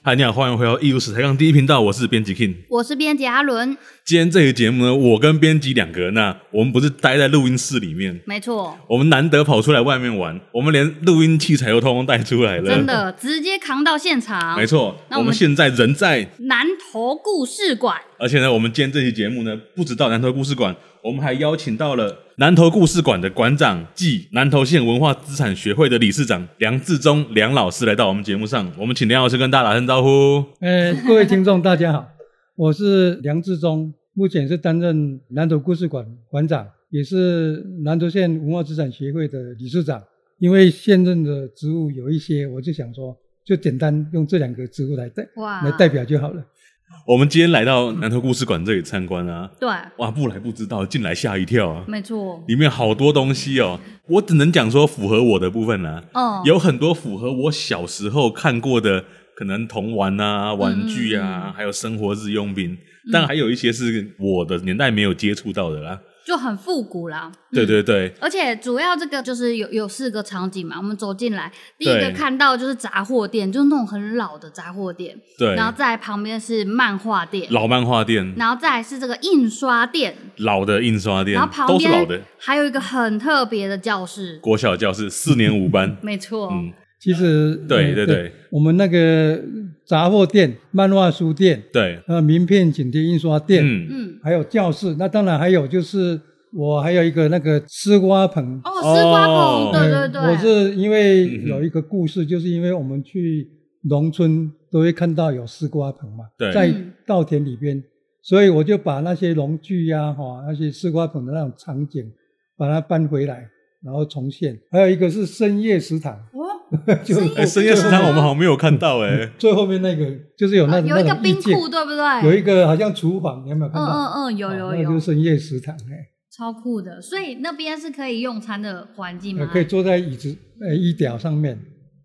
嗨，你好，欢迎回到《艺术史抬杠》第一频道，我是编辑 King。我是编辑阿伦，今天这期节目呢，我跟编辑两个人啊，我们不是待在录音室里面，没错，我们难得跑出来外面玩，我们连录音器材都通通带出来了，真，的啊直接扛到现场没。错。那我我们们现在人在，南投故事馆，而且呢，我们今天这期节目呢，不止到南投故事馆，我们还邀请到了南投故事馆的馆长暨南投县文化资产学会的理事长梁志忠梁老师来到我们节目上，我们请梁老师跟大家打声招呼。 呃，各位听众大家好，我是梁志忠，目前是担任南投故事馆馆长，也是南投县文化资产协会的理事长。因为现任的职务有一些，我就想说，就简单用这两个职务来代哇来代表就好了。我们今天来到南投故事馆这里参观啊，对，哇，不来不知道，进来吓一跳啊！没错，里面好多东西哦，我只能讲说符合我的部分啦、哦，有很多符合我小时候看过的，可能童玩啊、嗯玩具啊，还有生活日用品，但还有一些是我的年代没有接触到的啦。就很复古啦。对对对，而且主要这个就是有有四个场景嘛，我们走进来，第一个对看到就是杂货店，就是那种很老的杂货店，对然后再来旁边是漫画店，老漫画店、然后再来是这个印刷店，老的印刷店然后，旁都是老的。边还有一个很特别的教室，，国小教室四年五班没错，嗯，其实，对呃对对我们那个杂货店、漫画书店、对，呃，名片紧贴印刷店，嗯，嗯，还有教室。那当然还有就是，我还有一个那个吃瓜棚哦，丝瓜哦棚，对对嗯对，我是因为嗯哼有一个故事，就是因为我们去农村都会看到有丝瓜棚嘛对，在嗯稻田里边，所以我就把那些农具呀、哈那些丝瓜棚的那种场景，把它搬回来，然后重现。还有一个是深夜食堂，哦， 就哎，深夜食堂嗯我们好像没有看到哎、最后面那个就是有那、啊种有一那个种意冰见库，对不对？有一个好像厨房，你有没有看嗯嗯到？嗯，有有哦那就有是，深夜食堂哎。超酷的。所以那边是可以用餐的环境呃吗？可以坐在椅子呃椅屌上面，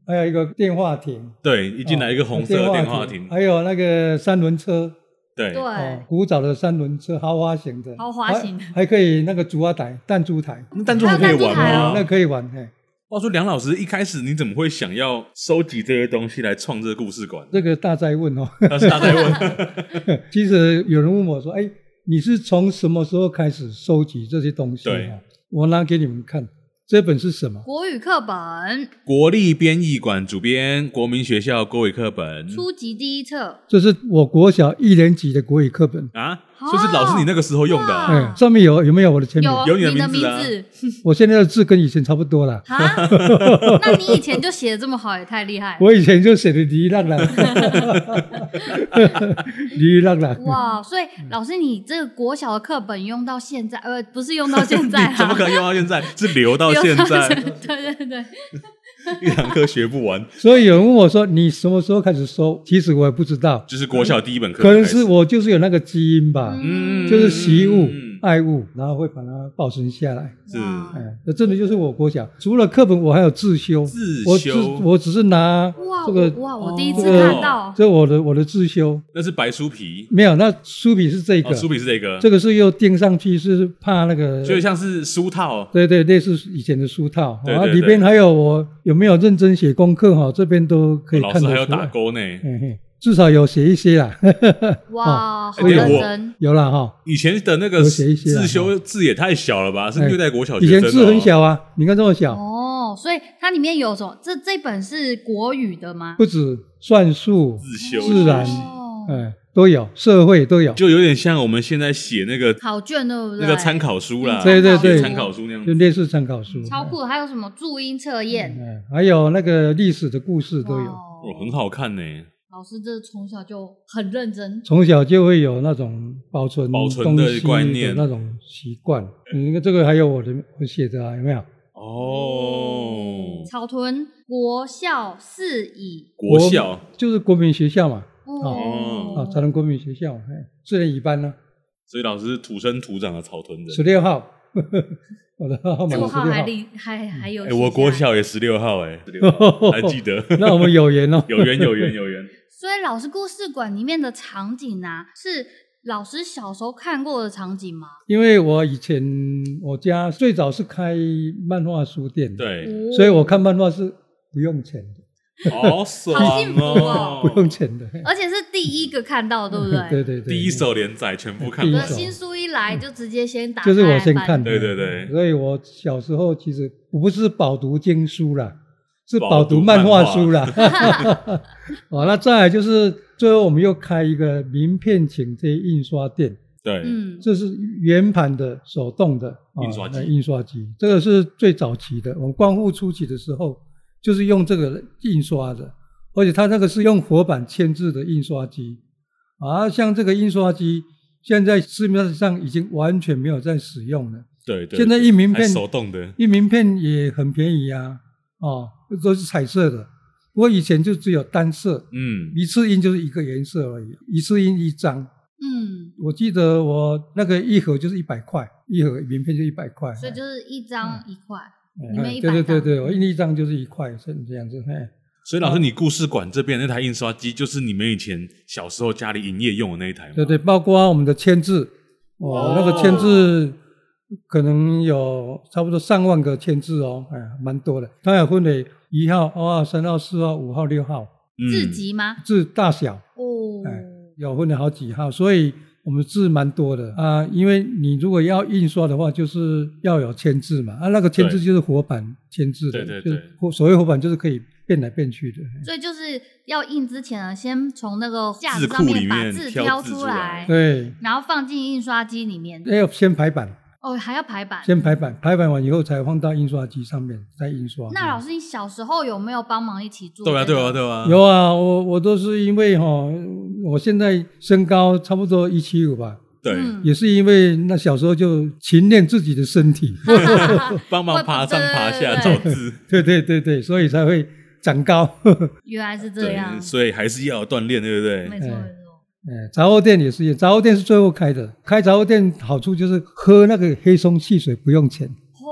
还有一个电话亭，对，一进来一个红色的哦电话亭，还有那个三轮车，哦对对，古早的三轮车，豪华型的，豪华型的还还可以那个竹蛙台、弹珠台，那弹珠还还有可以弹珠玩啊台吗哦？那可以玩嘿。话说梁老师一开始你怎么会想要收集这些东西来创这个故事馆？这个大灾问哦， 那是大在问。其实有人问我说：“哎，你是从什么时候开始收集这些东西？”啊对，我拿给你们看，这本是什么？国语课本国立编译馆主编，国民学校国语课本初级第一册，这是我国小一年级的国语课本，啊，哦就是老师你那个时候用的啊、哇哎，上面有有没有我的签名？有你你的的名字啊 字我现在的字跟以前差不多 了。啊？那你以前就写的这么好，也太厉害了。我以前就写的离 浪了，离浪了。哇，所以嗯老师，你这个国小的课本用到现在，呃，不是用到现在你 怎么可啊，能用到现在？ 是留到 用现在，对对对，一堂课学不完，所以有人问我说：“你什么时候开始收？”其实我也不知道，就是国小第一本课，可能是，我就是有那个基因吧，嗯就是习物嗯、爱物，然后会把它保存下来。是哇哎，这真的就是我国小除了课本，我还有自修。自我只修我只是拿哇这个，我哇，我第一次这个看到，这我的我的自修那是白书皮，没有。那书笔是这个哦，，书皮是这个，这个是又钉上去，是怕那个就像是书套，对对，类似以前的书套，对然后对里对边还有我有没有认真写功课哈，这边都可以哦老看师还得有出打来。勾呢。嘿嘿，至少有写一些啦，哦哇，好哎对认我真，有啦哈。以前的那个有写一些啊自修字也太小了吧？是哎虐待国小学以生、前哦，字很小啊，你看这么小，哦，所以它里面有什么？这这本是国语的吗？不止算术，自修自然哦哎，都有，社会都有，就有点像我们现在写那个考卷对不对？那个参考书啦，对对对写参考书那样子。就类似参考书，超酷的，还有什么注音测验哎，还有那个历史的故事都有。哇哦，很好看呢、老师这从小就很认真，从小就会有那种保存保存东的西观念那种习惯。你看这个还有我的我写的啊，有没有？哦，草屯国校四乙国校就是国民学校嘛，啊，哦，才能国民学校，哎，四年乙班呢、所以老师土生土长的草屯十人。六号， 我的号这码是么十好还六厉还还有哎、记下来我国，小也十六号哎、号，还记 得那我们有缘哦。有缘有缘有缘。所以老师故事馆里面的场景啊，是老师小时候看过的场景吗？因为我以前我家最早是开漫画书店，，对，哦所以我看漫画是不用钱的，好好爽幸福哦不用钱的。而且是第一个看到，对不 对对？对对，第一手连载全部看第一我完的手，新书一嗯来就直接先打开来就是翻，我先看的。对对对所以我小时候其实我不是饱读经书啦，是饱饱读读漫漫画画书啦。 好，那再来就是最后我们又开一个名片请这些印刷店，对，嗯，这是圆盘的手动的、啊印刷机那印刷机这个是最早期的。我们光复初期的时候就是用这个印刷的，而且它那个是用活板铅制的印刷机啊，像这个印刷机现在市面上已经完全没有在使用了。对对，现在印名还片手动的，印名片也很便宜啊，哦，都是彩色的。不过以前就只有单色，嗯，一次印就是一个颜色而已，一次印一张。嗯，我记得我那个一盒就是一百块，一盒名片就一百块。所以就是一张嗯一块，哎里面哎100对对对张嗯对，我印一张就是一块，是这样子。哎，所以老师，你故事馆这边那台印刷机，就是你们以前小时候家里营业用的那一台吗？对对，包括我们的签字，哦哦，那个签字可能有差不多上万个签字哦，哎，蛮多的。它也分为一号、二号、三号、四号、五号、六号，嗯，自己吗？字大小。哦，哎有分了好几号，所以我们字蛮多的啊、因为你如果要印刷的话，就是要有签字嘛，啊，那个签字对就是活版签字的，对对就是对活所谓活版就是可以变来变去的。所以就是要印之前呢，先从那个架字子库上里面把面字挑挑字出出来来，对，然后放进印刷机里面。要先排版，哦，还要排版。先排版，排版完以后才放到印刷机上面再印刷。那老师，你小时候有没有帮忙一起做？对啊，对啊，。对啊，有啊，我我都是因为哈、我现在身高差不多一七五吧，对，嗯也是因为那小时候就勤练自己的 身体， 帮忙爬上爬下找对对对字，对对对对，所以才会长高。原来是这样，所以还是要有锻炼，对不没对？错哎没错。嗯，杂货店也是一样，杂货店是最后开的。开杂货店好处就是喝那个黑松汽水不用钱。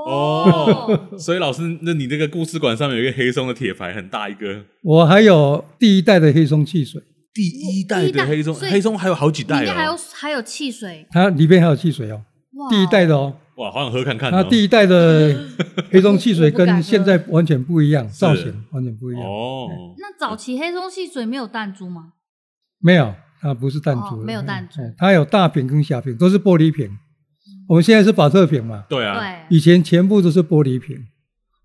哦，所以老师，那你那个故事馆上面有一个黑松的铁牌，很大一个，我还有第一代的黑松汽水，第一代的黑松，所以黑松还有好几里代面还有哦，还有汽水，它里面还有汽水哦，哇，第一代的哦。哇，好想喝看看它哦。第一 代的黑松汽水跟现在完全不一样，是造型完全不一样。哦，那早期黑松汽水没有弹珠吗？没有，它不是弹珠哦的、没有弹珠嗯嗯它有大瓶跟小瓶，都是玻璃瓶。我们现在是保特瓶嘛，对啊，对，以前全部都是玻璃瓶，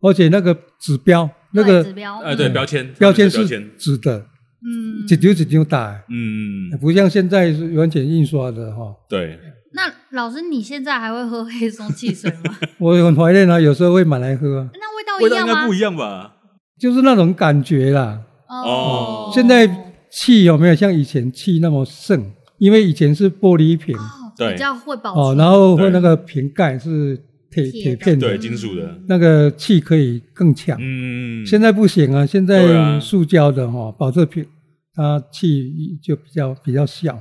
而且那个指标那对个指标，哎，对，嗯标签，标签标是签，纸的，嗯一丢一丢打的。嗯，不像现在是完全印刷的哈、对，那老师，你现在还会喝黑松汽水 吗？我很怀念啊，有时候会买来喝啊，那味道味一道应样该吗不？一样吧？就是那种感觉啦。哦现在气有没有像以前气那么盛？因为以前是玻璃瓶哦对比较会保哦，存然后对会那个瓶盖是铁铁铁的片对，的，金属的，那个气可以更强。嗯，现在不行啊，现对啊在塑胶的哈、保特瓶，它气就比较比较小，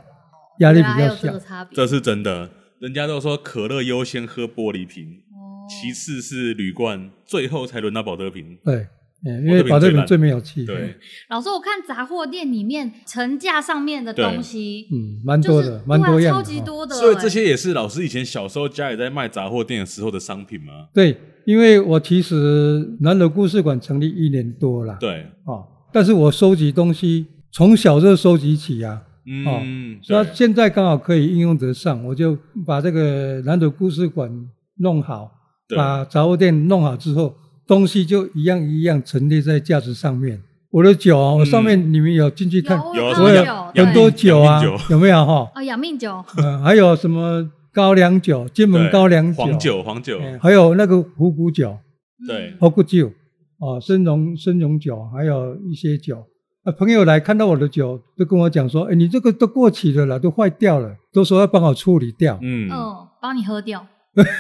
压力比原来还较有这小个。差别。这是真的，人家都说可乐优先喝玻璃瓶，哦其次是铝罐，最后才轮到保特瓶。对，嗯因为保保特瓶最特烂瓶最没有气。对，老师，我看杂货店里面层架上面的东西，嗯，蛮就多是的，蛮对啊多样的超哦哈。级多的欸。所以这些也是老师以前小时候家里在卖杂货店的时候的商品吗？对，因为我其实南楼故事馆成立一年多了，对，哦，但是我收集东西从小就收集起啊，嗯，那对现在刚好可以应用得上，我就把这个南楼故事馆弄好，对把杂货店弄好之后，东西就一样一样陈列在架子上面。我的酒哦，我上面你们有进去看，有嗯有啊我什看么到我有洋对很多酒啊洋酒，有没有哈？哦，养命酒，嗯，还有什么高粱酒、金门高粱酒、黄酒、黄酒，哎，还有那个虎骨酒。嗯对包括酒啊、生荣生荣酒，还有一些酒。啊，朋友来看到我的酒，就跟我讲说：“哎，你这个都过期了啦，都坏掉了，都说要帮我处理掉。嗯，嗯，帮你喝 掉。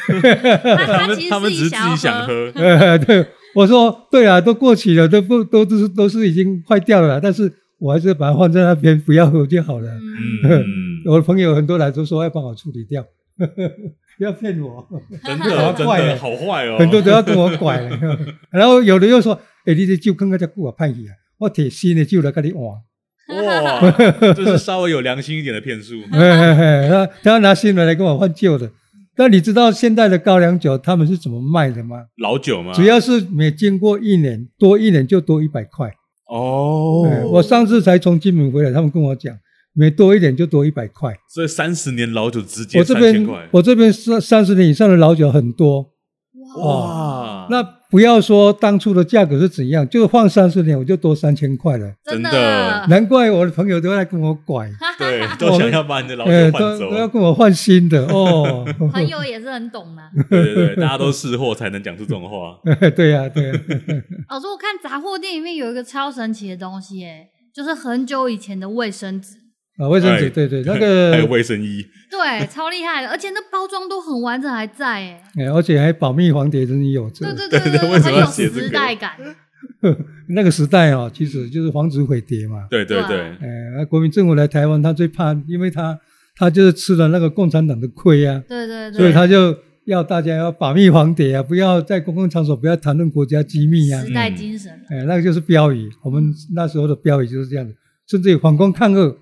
他他他们其他实们只是自己想想要，喝， 呃， 对，我说：“对啊，都过期了，都不都都是都是已经坏掉了啦，但是我还是把它放在那边，不要喝就好了。嗯，嗯，我的朋友很多来都说要帮我处理掉， 不要骗我，真好的真怪的欸好坏哦，很多都要跟我拐了。 然后有的又说：“哎，你的酒更加久啊，派去啊，我铁新的酒来跟你换。” 哇，这是稍微有良心一点的骗术，嘿嘿嘿，他他要拿新的来跟我换旧的。那你知道现在的高粱酒他们是怎么卖的吗？老酒嘛，主要是每经过一年多一年就多一百块，哎哦，我上次才从金门回来，他们跟我讲，每多一点就多一百块。所以三十年老酒直接我这三千边块，我这边三三十年以上的老酒很多，哇，哦那不要说当初的价格是怎样，就放三十年我就多三千块了。真真的难怪我的朋友都在跟我拐， 对，都想要把你的 老酒呃，换都 走都，要跟我换新的哦。 朋友也是很懂啊。对对对，大家都识货才能讲出这种话。对呀、对、呀，老师，我看杂货店里面有一个超神奇的东西、哎，就是很久以前的卫生纸，啊，卫生哎纸，对对，那还有个，卫生衣，对，超厉害的，而且那包装都很完整，还在、哎，哎而且还保密黄碟真有这对对对对为什很么要有写这个时代感，那个时代哦，其实就是防止毁碟嘛。对对对对啊，呃，国民政府来台湾，他最怕，因为他他就是吃了那个共产党的亏啊，对对对，所以他就要大家要保密防谍啊，不要在公共场所不要谈论国家机密啊。时代嗯精神了，哎、那个就是标语，我们那时候的标语就是这样子，甚至于反攻抗日，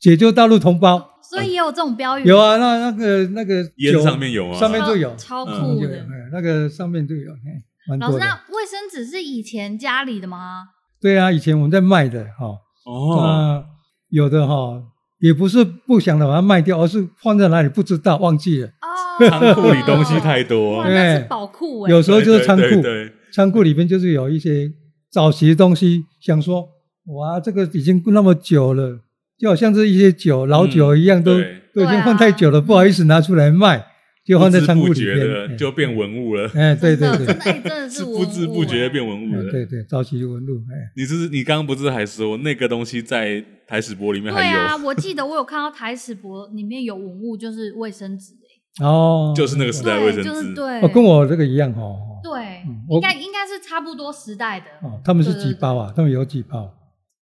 解救大陆同胞。所以也有这种标语，有啊，那那个那个烟酒上面有啊，上面超，就有超嗯上面酷就的有，。哎，那个上面就有，哎，蛮啊老多师，的。那卫生纸是以前家里的吗？对啊，以前我们在卖的哈、哦，哦，那有的哈、哦，也不是不想的把它卖掉，而是放在哪里不知道，忘记了。哦，仓库里东西太多哇，，对那是宝库哎、有时候就是仓库，对对对仓库里边就是有一些早期的东西，想说哇，这个已经那么久了，就好像是一些酒老酒一样，都对嗯都已对经啊放太久了，不好意思拿出来卖，就放在仓库不里知不觉的边。哎就变文物了， 哎，哎对真对的对真，的、哎真的是是不知文物不觉哎地变文物哎了。对对，早期纹路，哎，你是你刚刚不是还说那个东西在台史博里面对还有，啊，我记得我有看到台史博里面有文物，就是卫生纸、 欸，哦，就是那个时代卫生对，就是纸，对，哦，跟我这个一样哦，对，嗯我应该应该是差不多时代的，哦，他们是对几对包啊？他们有几包？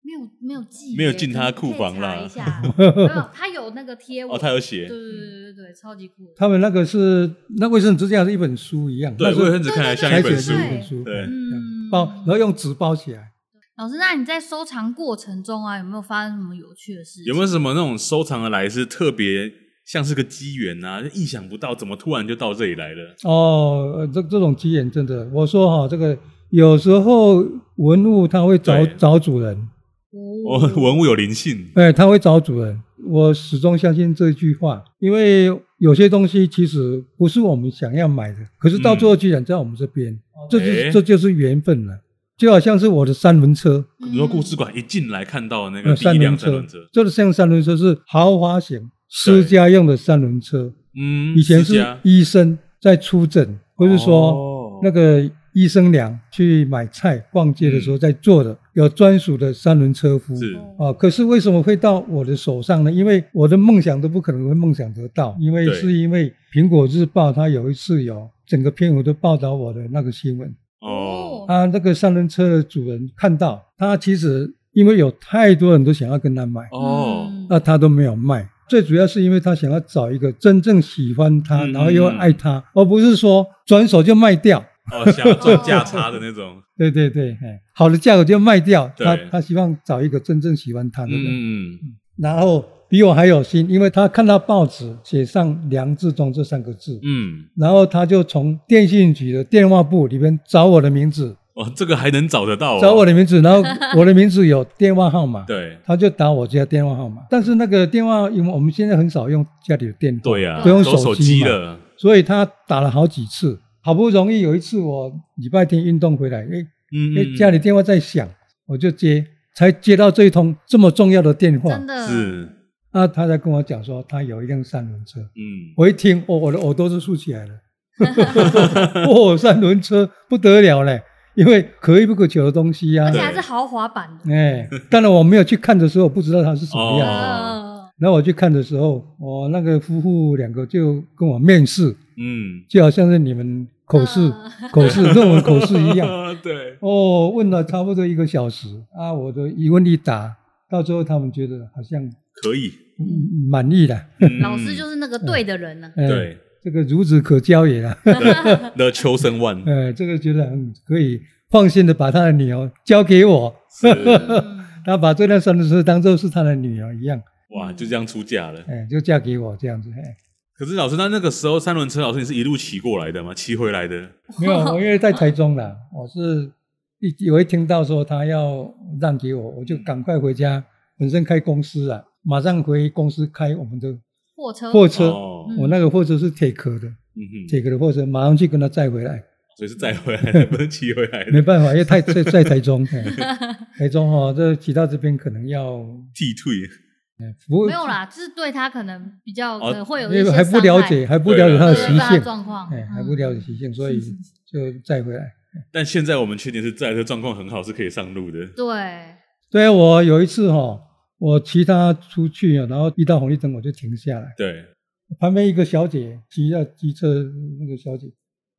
没有没有记耶，没有进他库房啦了。一 下，没有，他有那个贴文，哦，它有对写，对对对对，超级酷的，他们那个是那卫生纸，就像是一本书一样，对，那是卫生纸看起来像一才写本的书，一本书，对嗯，包，然后用纸包起来。老师，那你在收藏过程中啊，有没有发生什么有趣的事情？有没有什么那种收藏而来是特别像是个机缘啊，就意想不到，怎么突然就到这里来了？哦，呃这这种机缘真的，我说哈、这个有时候文物它会找对找主人，我哦？文物有灵性，哎，它会找主人。我始终相信这句话，因为有些东西其实不是我们想要买的，可是到最后居然在我们这边，这就嗯哎是这就是缘分了。就好像是我的三轮车，你说故事嗯馆一进来看到的那呃，个第三一辆轮三车轮车，，这个像三轮车是豪华型私家用的三轮车，嗯，以前私是家医生在出诊，或是说。哦那个医生娘去买菜、逛街的时候在做的，有专属的三轮车夫。嗯是啊，可是为什么会到我的手上呢？因为我的梦想都不可能会梦想得到，因为对是因为《苹果日报》它有一次有整个篇幅都报道我的那个新闻哦，啊，那个三轮车的主人看到他其实因为有太多人都想要跟他买，哦，嗯那他都没有卖。最主要是因为他想要找一个真正喜欢他，嗯然后又嗯嗯爱他，而不是说转手就卖掉。哦，想要赚价差的那种，对对对，哎，好的价格就卖掉。对他他希望找一个 真正喜欢他的人，嗯嗯，然后比我还有心，因为他看到报纸写上“梁志忠”这三个字，嗯，然后他就从电信局的电话簿里面找我的名字，哦，这个还能找得到哦，找我的名字，然后我的名字有电话号码，对他就打我家电话号码。但是那个电话，因为我们现在很少用家里的电话，对呀，都用都手手机机嘛了，所以他打了好几次。好不容易有一次我礼拜天运动回来，诶，嗯，嗯因为家里电话在响，我就接，才接到这一通这么重要的电话真。的是，啊，他才跟我讲说他有一辆三轮车，嗯，我一听，哦，我的耳朵都竖起来了， 哦，三轮车不得了嘞，因为可遇不可求的东西呀、而且对啊。还是豪华版的。哎，当然我没有去看的时候，我不知道它是什么样。哦呃然后我去看的时候，我、那个夫妇两个就跟我面试，嗯，就好像是你们口试、嗯口试论文口试一样。 对，哦，问了差不多一个小时啊，我的一问一答，到最后他们觉得好像可以，嗯满意了，嗯老师就是那个对的人 呢、哎，对这个孺子可教也了， 的秋生万，呃，这个觉得嗯可以放心的把他的女儿交给我，是嗯他把这辆三轮车当做是他的女儿一样，哇，就这样出嫁了。哎，就嫁给我这样子，哎，可是老师，那那个时候三 轮车，老师你是一路骑过来的吗？骑回来的？没有，我因为在台中啦，我是一有一听到说他要让给我，我就赶快回家。本身开公司啊，马上回公司开我们的货车货车，哦，嗯我那个货车是铁壳的，嗯哼，铁壳的货车，马上去跟他载回来。所以是载回 来的，不是骑回来没 的，办法，因为太在在 台中，嘿台中哦，这骑到这边可能要剃退。不没有，啦，就是对他可能比较哦可能会有一因为些还不了解，还不了解对伤他害的对习对他的性，状况，哎，嗯还不了解习性，所以就载回来。但现在我们确定是载的状况很好，是可以上路的。对，对啊，我有一次哈、哦，我骑他出去啊，然后遇到红绿灯我就停下来，对，旁边一个小姐骑着机车，那个小姐，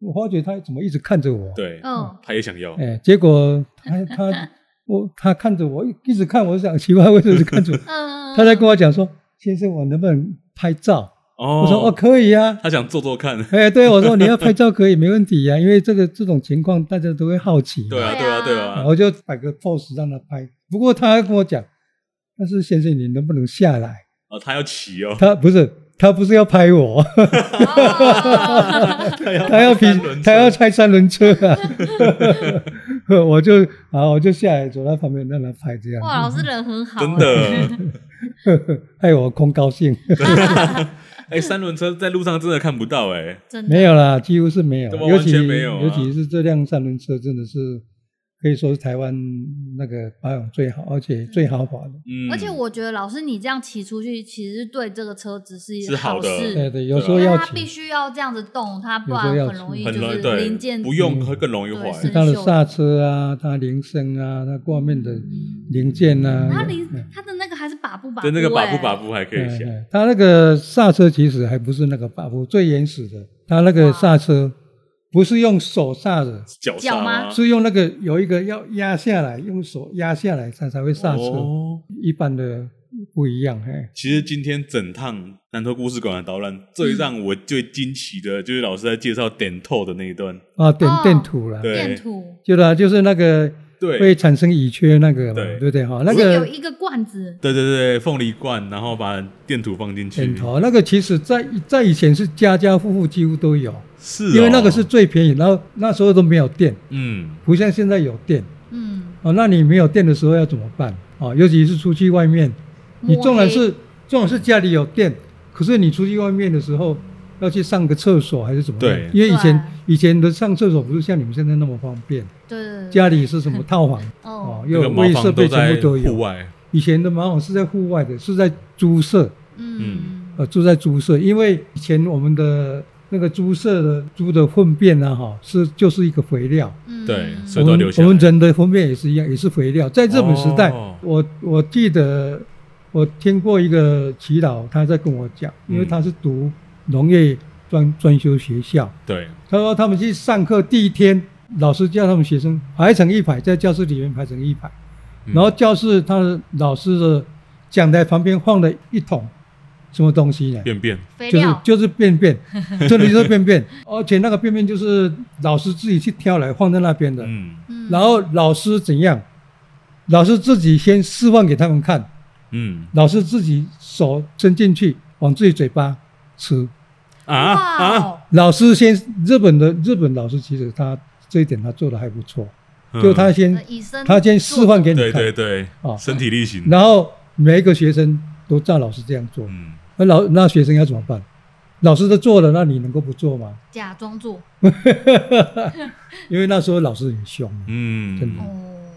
我发觉她怎么一直看着我，，啊对，嗯，他也想要，哎，结果她她 我她看着我，一直看我，想奇怪为什么是看着我， 嗯，她在跟我讲说，先生我能不能拍照？哦，我说哦可以啊，他想做做看，哎，对我说你要拍照可以，没问题呀、啊因为这个这种情况大家都会好奇。对啊，对对啊，啊对然啊，后就摆个 pose 让他拍。不过他跟我讲，但是先生你能不能下来？哦，他要骑哦，他不是他不是要拍我， 哦 他要比三轮车他要拆三轮车啊。 我就啊我就下来走到旁边让他拍这样。哇，老师人很好， 真哎，的， 害我空高兴。哎，三轮车在路上真的看不到，哎，真的没有啦，几乎是没有怎，么尤完其全没有啊尤其是这辆三轮车真的是可以说是台湾那个保养最好，而且最豪华的。嗯，而且我觉得老师你这样骑出去，其实对这个车子是一是件好好的事，对对，有时因候为要它骑啊必须要这样子动，它不有时候然要很容易很就容易是对零件，不用会更容易对坏，是它的刹车啊，它铃声啊，它挂面的零件啊，它零它的那个还是把不把欸对那个把不把不不还可以嗯想，嗯它那个刹车其实还不是那个把握最原始的，它那个刹车不是用手刹的，脚脚刹吗是用那个有一个要压下来，用手压下来，它才会刹车。哦一般的不一样，嘿。其实今天整趟南投故事馆的导览，最让我最惊奇的就是老师在介绍点透的那一段，啊，电哦电土啦，对电土，就啦，就是那个对会，产生乙炔那个嘛，对对不对哈？那是有个一个罐子，对对对，凤梨罐，然后把电土放进点去，头，那个其实在在以前是家家户户几乎都有，是哦，因为那个是最便宜，然后那时候都没有电，嗯，不像现在有电嗯，哦。那你没有电的时候要怎么办哦？尤其是出去外面，你摸纵然黑是纵然是家里有电，可是你出去外面的时候要去上个厕所还是怎么样？对因为以前对以前的上厕所不是像你们现在那么方便，对对对，家里是什么套房哦哦，，那又个有茅卫浴设房备都全在部都有户。外，以前的马桶是在户外的，是在猪舍，嗯，呃，住在猪舍，因为以前我们的那个猪舍的猪的粪便啊，哈，是就是一个肥料。嗯对所我以都要们留下我来们人的粪便也是一样，也是肥料。在日本时代，哦我我记得我听过一个祈祷，他在跟我讲，因为他是读农业专专修学校，对，他说他们去上课第一天，老师叫他们学生排成一排，在教室里面排成一排。嗯然后教室他的老师的讲台旁边放了一桶什么东西呢？便便，肥就是料，就是便便， 真的就是便便，而且那个便便就是老师自己去挑来放在那边的。嗯嗯然后老师怎样？老师自己先示范给他们看，嗯老师自己手伸进去往自己嘴巴吃。啊哇啊，哦老师先日本的日本老师其实他这一点他做的还不错，嗯就他先、那呃以身他先示范给你对看，对对哦，身体力行，然后每一个学生都照老师这样做，嗯，那老那学生要怎么办？老师都做了，那你能够不做吗？假装做，因为那时候老师很凶，真嗯，哦，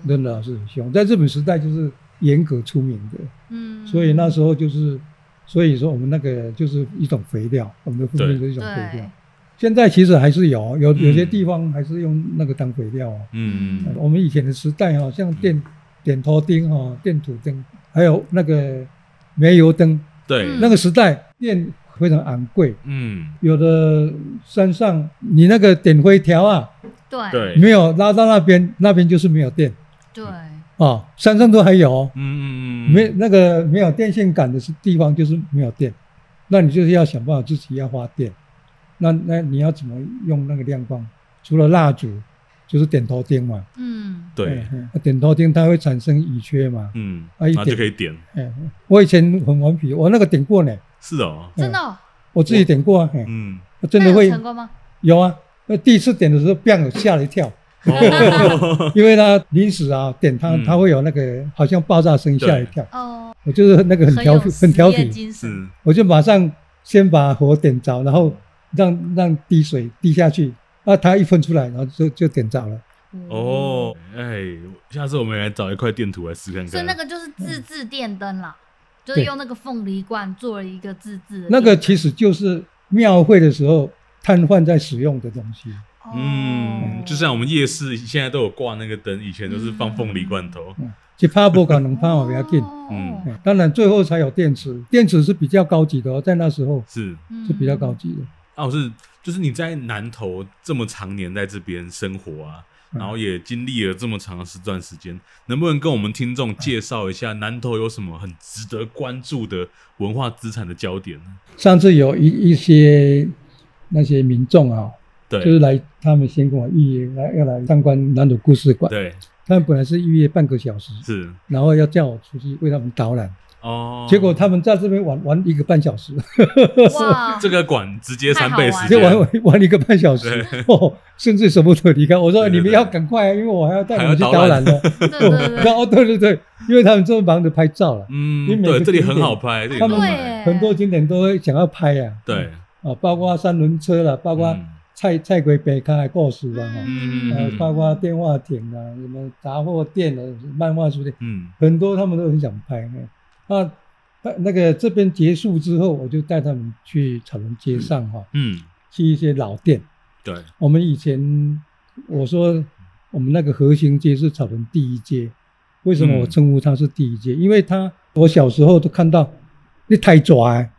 真的老师很凶，在日本时代就是严格出名的，嗯，所以那时候就是，所以说我们那个就是一种肥料，我们的粪便就是一种肥对料。，现在其实还是有，有有些嗯地方还是用那个当肥料哦。嗯我们以前的时代哈、哦，像电点头钉哈、哦、电土灯，还有那个煤油灯，对，嗯那个时代电非常昂贵，嗯，有的山上你那个点灰条啊，对对，没有拉到那边，那边就是没有电对，啊、山上都还有哦，嗯嗯嗯，没那个没有电线杆的是地方就是没有电，那你就是要想办法自己要发电，那那你要怎么用那个亮光？除了蜡烛，就是点头钉嘛。嗯，对，嗯，嗯点头钉它会产生乙炔嘛。嗯，啊一然后就点可以点，嗯，嗯我以前很顽皮，我那个点过呢，是哦，真的哦，我自己点过啊，嘿嗯，哎真的那有会成功吗？ 有啊。那第一次点的时候，砰，吓了一跳，哦因为他临时啊点他，嗯他会有那个好像爆炸声，对吓一跳。哦，我就是那个很调有皮实很调验皮，精神，是我就马上先把火点着，然后让让滴水滴下去，啊，它一喷出来，然后就就点着了。哦，哎，下次我们来找一块电图来试看看。嗯所以那个就是自制电灯啦，就是嗯对用那个凤梨罐做了一个自制的那个电其实就是庙会的时候摊贩在使用的东西。灯嗯哦，就像我们夜市现在都有挂那个灯，以前都是放凤梨罐头。去怕不可能怕我不要进。哦嗯哎当然最后才有电池，电池是比较高级的哦，在那时候是，嗯是比较 高级的。啊，我是就是你在南投这么常年在这边生活啊，嗯然后也经历了这么长的时段时间，能不能跟我们听众介绍一下南投有什么很值得关注的文化资产的焦点呢？上次有一一些那些民众啊、对，就是来他们先跟我预约来要来参观南鲁故事馆，对，他们本来是预约半个小时，是然后要叫我出去为他们导览，哦。啊结果他们在这边玩玩一个半小时，哇，这个馆直接三倍时就间，玩玩玩一个半小时，哦，甚至舍不得离开。我说对对你们对要赶快啊，因为我还要带你们去还要导导览览 对的。对 对然后哦对对对，因为他们正忙着拍照了，因为嗯，每个对，这里景很点好拍，这里他很们好对拍，耶，很多景点都会想要拍呀、啊。对，啊，包括三轮车啦，包括嗯菜、菜龟北康的故事啦，哈、嗯呃，包括电话亭啊，什么杂货店啊，漫画书店，嗯，很多他们都很想拍。嗯那那那个这边结束之后，我就带他们去草原街上哈、嗯，去一些老店。对，我们以前我说我们那个核心街是草屯第一街，为嗯什么我称呼它是第一街？因为它我小时候都看到那太爪欸，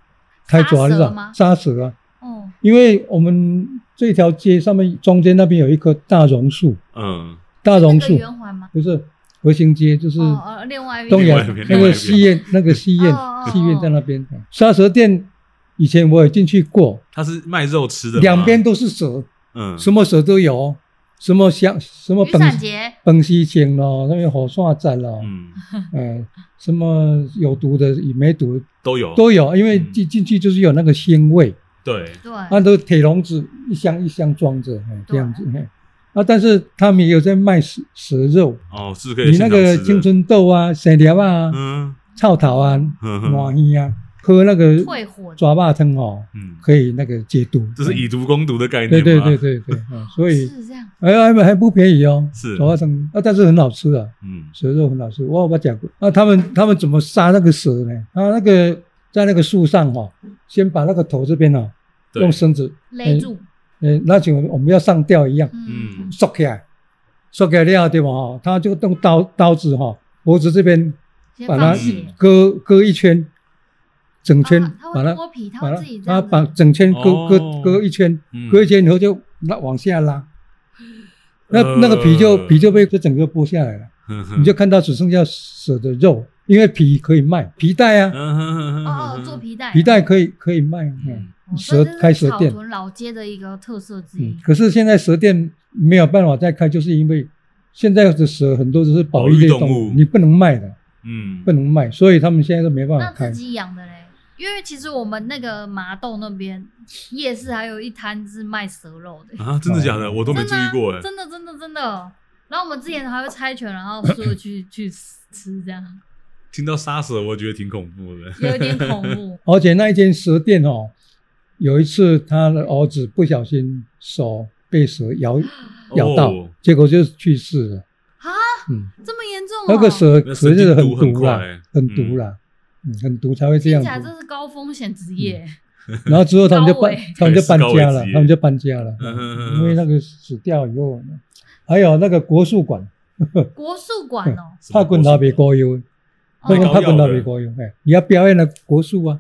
太杀爪那蛇种吗杀蛇啊，哦，因为我们这条街上面中间那边有一棵大榕树，嗯，大榕那树个圆环吗？不是核心街，就是哦，呃另外一东阳阳另外一边那另外一个边戏院，那个戏院哦哦哦戏院在那边。杀蛇店以前我也进去过，它是卖肉吃的吗，两边都是蛇。嗯什么蛇都有哦，什么香什么雨本伞节，本溪青咯，那个火山站咯，嗯呃，什么有毒的与没毒都有都有，因为嗯进进去就是有那个鲜味，对对，那都铁笼子一箱一箱装着，哎这样子。哎啊，但是他们也有在卖蛇蛇肉，哦，是可以你那个现场吃的青春豆啊、生条啊、嗯臭桃啊、嗯麻哼鱼啊，喝那个退火抓霸汤哦，嗯，可以那个解毒。这是以毒攻毒的概哎念对对吗对，对对，嗯所以是这样，哎呀，还还不便宜哦，是手花生啊，但是很好吃啊，嗯蛇肉很好吃，我有没有讲过？那、他们他们怎么杀那个蛇呢？啊，那个在那个树上哈、哦，先把那个头这边哦，对用绳子，勒住，呃，那就我们要上吊一样，嗯，嗯缩起来，缩起来了对吧？哈，他就用刀刀子哈、脖子这边先把它放血，割割一圈，整嗯啊圈、它会把它剥皮，它把会它自己这把它样子把整圈割、哦割割一圈，嗯割一圈以后就拉往下拉，那呃嗯那个皮就皮就被这整个剥下来了，哼哼你就看到只剩下蛇的肉，因为皮可以卖，皮带啊，嗯哼哼哼哼哦哦，哼做皮带，哦皮带可以可以卖，嗯嗯，蛇开蛇店草屯老街的一个特色之一嗯，，可是现在蛇店没有办法再开，就是因为现在的蛇很多都是保育类保育动动物物，你不能卖的，嗯不能卖，所以他们现在都没办那法开自。己养的嘞。因为其实我们那个麻豆那边夜市还有一摊是卖蛇肉的，啊，真的假的？哦我都没真注的意啊过哎，真的真的真的。然后我们之前还会猜拳，然后输了去 去吃，这样听到杀蛇我觉得挺恐怖的，有一点恐怖。而且那一间蛇店哦，有一次他的儿子不小心手被蛇咬咬到，哦结果就去世了。啊，嗯，这么严重、哦？那个蛇那蛇就是神经毒很毒啦快，很毒啦，嗯，很毒才会这听样起来这子。是高风险职业。然后之后他们就高搬危，他们就搬对是高家危了职业，他们就搬家了嗯嗯嗯，因为那个死掉以后，还有那个国术馆，嗯国术馆哦，什么怕滚国老术北高油，被那个搞怕滚药老了北高油，哎，你要表演了国术啊，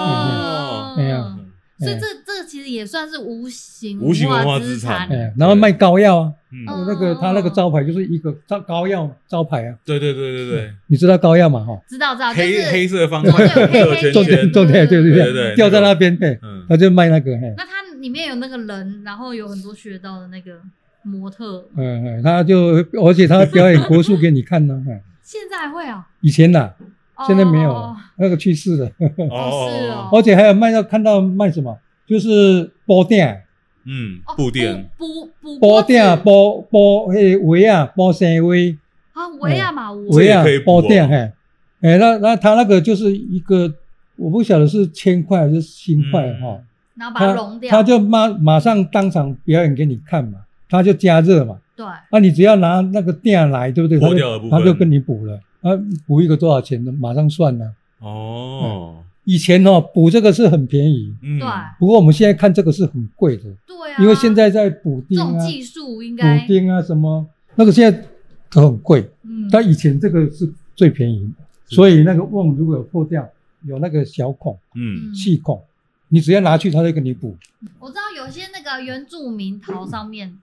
哦嗯哎呀所以哎这这其实也算是无形无形文化资资产哎，然后卖膏药啊，嗯，嗯那个他那个招牌就是一个招膏药招牌啊，对对对对你知道膏药嘛？哈，知道知道，对，啊就黑黑是色方块对 黑热黑圈重黑圈点，重点就是这对对对样，掉在那边，嘿，嗯他就卖那个，嘿，哎那它里面有那个人，然后有很多学到的那个模特，嗯，嗯他就而且他表演国术给你看呢，嘿现在还会啊，以前呐，哦现在没有了，那个去世了，哦是哦而且还有卖到看到卖什么，就是包店，嗯哦，布店，补补包店啊店包包迄个围啊，包三围啊，维亚马乌围啊可以，补包哦店嘿，哎，那那他那个就是一个，我不晓得是千块还是新块嗯哈，然后把它他融掉，他就马马上当场表演给你看嘛，他就加热嘛，对，啊，你只要拿那个店来，对不对？他剥掉的部分就他就跟你补了，啊，补一个多少钱呢？马上算了。哦，以前哦，补这个是很便宜，嗯，对不过我们现在看这个是很贵的，对啊，因为现在在补这丁种啊、技术应该补丁啊什么，那个现在都很贵。嗯，但以前这个是最便宜的，所以那个瓮如果有破掉，有那个小孔、嗯，细孔，你只要拿去，他就给你补。我知道有些那个原住民陶上面，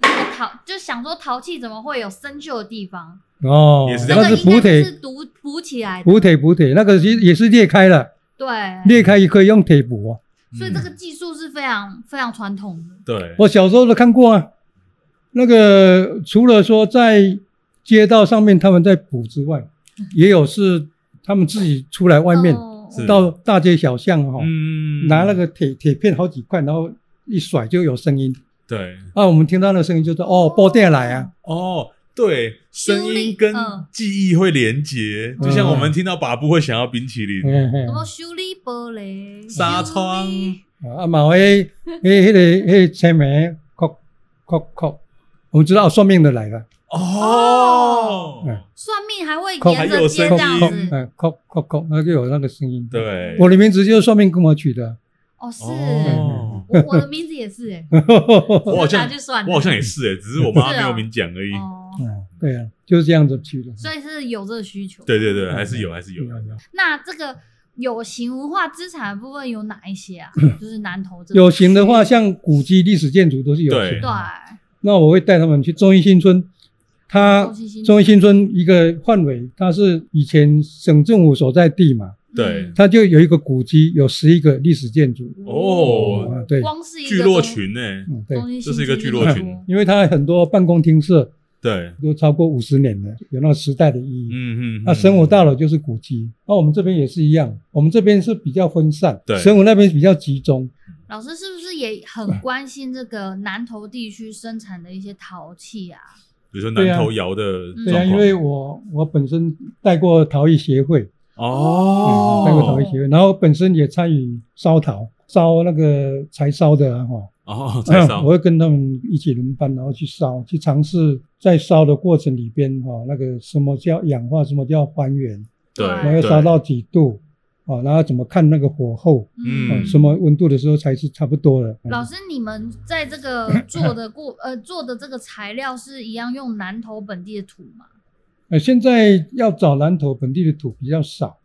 那个陶就想说陶器怎么会有生锈的地方？哦，也是这样那那个是应该补就是铁，补补起来的，补铁，补铁，那个是也是裂开了，对，裂开也可以用铁补啊。所以这个技术是非常非常传统的。对，我小时候都看过啊。那个除了说在街道上面他们在补之外，也有是他们自己出来外面、嗯哦是到大街小巷哈、哦，嗯拿那个铁铁片好几块，然后一甩就有声音。对，啊，我们听到那个声音就是哦，爆电来啊，哦，对，声音跟嗯记忆会连结，就像我们听到把布会想要冰淇淋，嗯什，嘿么修理玻璃、纱修窗理啊，嘛迄迄迄个迄个车门，敲敲敲，我们知道哦算命的来了，哦嗯，算命还会空沿还有着街声这音样敲子，嗯敲敲敲，那就有那个声音。，对，我的名字就是算命跟我取的， 哦是。哦，我我的名字也是哎、我好像就算我好像也是诶，只是啊我妈没有明讲而已。哦，嗯，对啊，就是这样子去的。所以是有这个需求。对对对，还是嗯有，还是有。那这个有形文化资产的部分有哪一些 啊？就是南投这个有形的话，像古迹、历史建筑都是有对对形的。那我会带他们去中医新村，它中心新中医新村一个范围，它是以前省政府所在地嘛，对它就有一个古迹，有十一个历史建筑。嗯哦，啊，对，光是一个聚落群欸呢？嗯，对中，，中心这是一个新聚村落就群多因为它很多办公厅舍对，都超过五十年了，有那个时代的意义。嗯嗯。那神武大楼就是古迹，那我们这边也是一样，我们这边是比较分散，对嗯神武那边比较集中。 老师是不是也很关心这个南投地区生产的一些陶器啊？比如说南头窑的对啊，状因况为我我本身带过陶艺协会，哦，嗯，带过陶艺协会，然后本身也参与烧陶，烧那个柴烧的啊哈、哦，才烧我会跟他们一起轮班，然后去烧，去尝试在烧的过程里边哈、那个什么叫氧化，什么叫还原，对，然然后要对烧到几度啊、然后怎么看那个火候。嗯嗯，什么温度的时候才是差不多的。哦老师，你们在这个做的过呃做的这个材料是一样用南投本地的土吗？呃，现在要找南投本地的土比较少，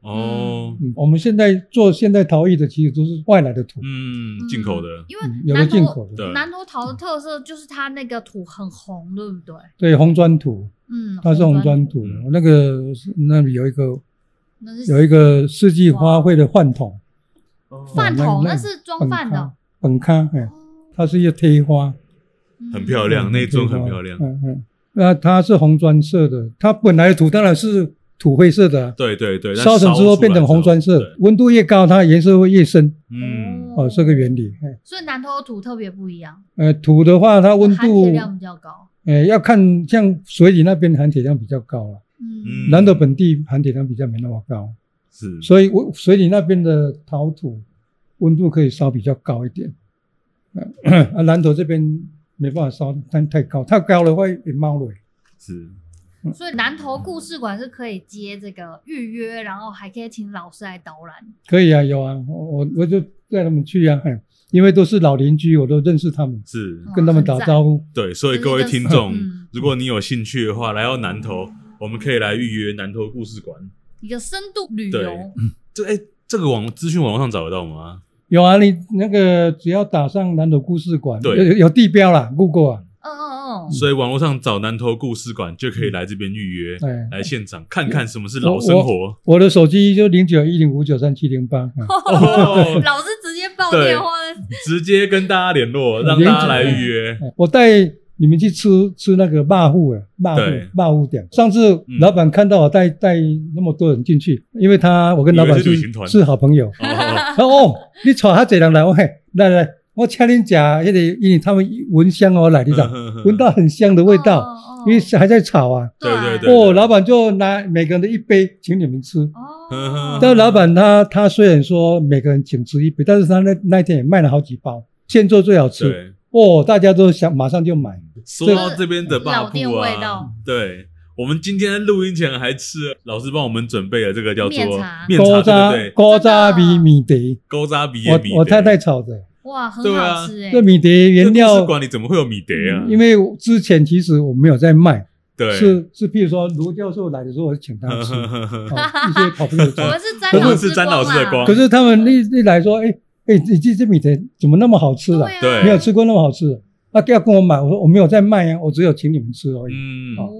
哦，嗯，我们现在做现代陶艺的其实都是外来的土，嗯，进口的因嗯为有的南进投口对的，南投陶的特色就是它那个土很红，对不对？对，红砖土，嗯，它是红砖土，土的嗯。我那个是那里有一个那是有一个世纪花卉的饭桶，嗯饭那桶，那那是装哦饭的。本咖，哎，哦它是一个贴花，很漂亮，嗯那一尊很贴花漂亮。嗯嗯，那它是红砖色的，它本来的土当然是土灰色的啊，对对对，但烧成之后出来变成红砖色对，温度越高，它颜色会越深，嗯，哦，这个原。理。哎所以南投的土特别不一样，呃，土的话，它温含度铁，量比较高。呃，要看像水里那边含铁量比较高了，嗯嗯南投本地含铁量比较没那么高，是所以我水里那边的陶土温度可以烧比较高一点。呃 啊，南投这边没办法烧太太高，太高的话也冒累。是，所以南投故事馆是可以接这个预约，然后还可以请老师来导览。可以啊，有啊，我我我就带他们去啊，嘿因为都是老邻居，我都认识他们，是，哦跟他们打很赞招呼。对，所以各位听众嗯，如果你有兴趣的话，来到南投，我们可以来预约南投故事馆。一个深度旅对游，这哎，这个网资讯网上找得到吗？有啊，你那个只要打上南投故事馆，对有有有地标啦，Google 啊，嗯嗯嗯，所以网络上找南投故事馆就可以来这边预约，哎，来现场看看什么是老生 活。我的手机就零九一零五九三七零八，哎哦，嗯老师直接报对电话，直接跟大家联络，让大家来预约。哎我带你们去吃吃那个霸户啊，霸户对霸户店。上次嗯老板看到我带带那么多人进去，因为他我跟老以板为是旅是行团是好朋友，哦，他说哦，你带他这人来，我嘿，来来，我请恁吃那个，因为他们闻香哦 来，你 嗯知道，闻闻到很香的味道，哦因为还在炒啊。对对对嗯哦，老板就拿每个人的一杯，请你们吃。哦，但老板他他虽然说每个人请吃一杯，但是他那那一天也卖了好几包，现做最好吃对，哦，大家都想马上就买。说到这边的霸老店铺味啊道，对。我们今天录音前还吃了，老师帮我们准备了这个叫做面茶面高茶，渣对不对？高渣真的啊米米碟，勾渣米也米我我得太太炒的。哇，很对啊好吃哎，这米碟原这故料事，馆里怎么会有米德啊？因为之前其实我没有在卖，对是是，譬如说卢教授来的时候，我就请他吃，哦、一些好朋友吃我。们是我詹们老是师詹老师的光光啦啊可是他们一一来说，哎、哎，你这这米碟怎么那么好吃啊？啊对没有吃过那么好吃的，他要跟我买，我说我没有在卖呀、我只有请你们吃而 已。嗯，哦，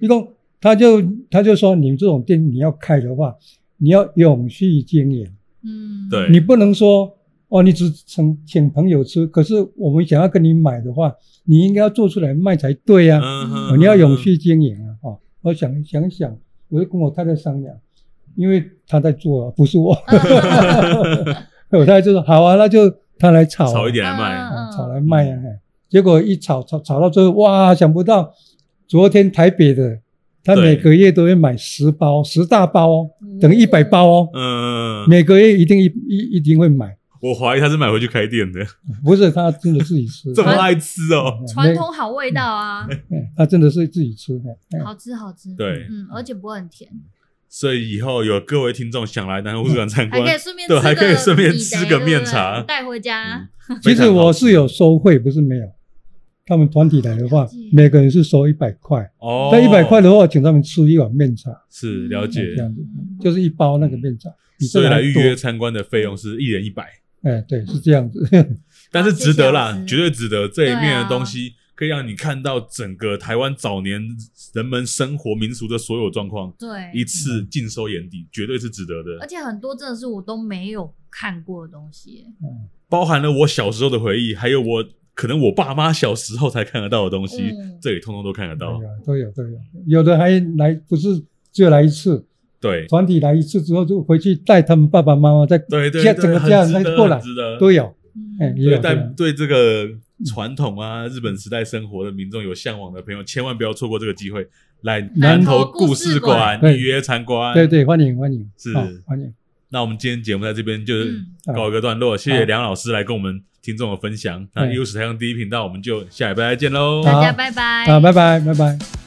一共他就他就说，你们这种店你要开的话，你要永续经营，嗯，对你不能说哦，你只请请朋友吃，可是我们想要跟你买的话，你应该要做出来卖才对呀、嗯哦你要永续经营啊！哦，我想想一想，我就跟我太太商量，因为她在做啊，不是我。嗯 我太太就说好啊，那就她来炒、啊，炒一点来卖，嗯啊，炒来卖啊。嘿结果一炒炒炒到最后，哇，想不到昨天台北的，他对每个月都会买十嗯包，十大包哦，等于一百包哦，嗯，每个月一定一一一定会买，我怀疑他是买回去开店的，不是他真的自己吃，这么啊爱吃哦。传统好味道啊，嗯，他真的是自己吃，哎嘿嘿好吃好吃，对嗯，而且不会很甜，所以以后有各位听众想来南湖馆参还可以观，顺便对吃还可以个顺便米吃德个对面不对茶带回家，其实我是有非收费，不是没有。他们团体来的话，每个人是收一百块。常好吃哦，那一百块的话，请他们吃一碗面茶，嗯是了嗯这解，样子就是一包那个面茶，比所这以个来还预多约。参观的费用是一人一百，哎，对，是这样子。但是值得谢谢啦老，师绝对值得。这一面对的啊东西可以让你看到整个台湾早年人们生活民俗的所有状况，对，一次尽收眼底，绝对是值得而的。且很多真的是我都没有看过的东西耶，包含了我小时候的回忆，还有我可能我爸妈小时候才看得到的东西嗯，这里通通都看得到 都。有哎都有都有，有的还来不是只有来一次，对团体来一次之后就回去带他们爸爸妈妈再对对家对，整个很家人值再得过很来值得。都有。哎，嗯，也所以有这在样对这个传统啊日本时代生活的民众有向往的朋友，千万不要错过这个机会，来南投投故故事事馆馆对预约参观。对对，欢迎欢迎，是好欢迎。那我们今天节目在这边就是嗯告一个段落，谢谢好梁老师来跟我们听众的分享。那对 U 史台上第一频道，我们就下礼拜再见喽，大家好拜拜，好，拜拜拜拜。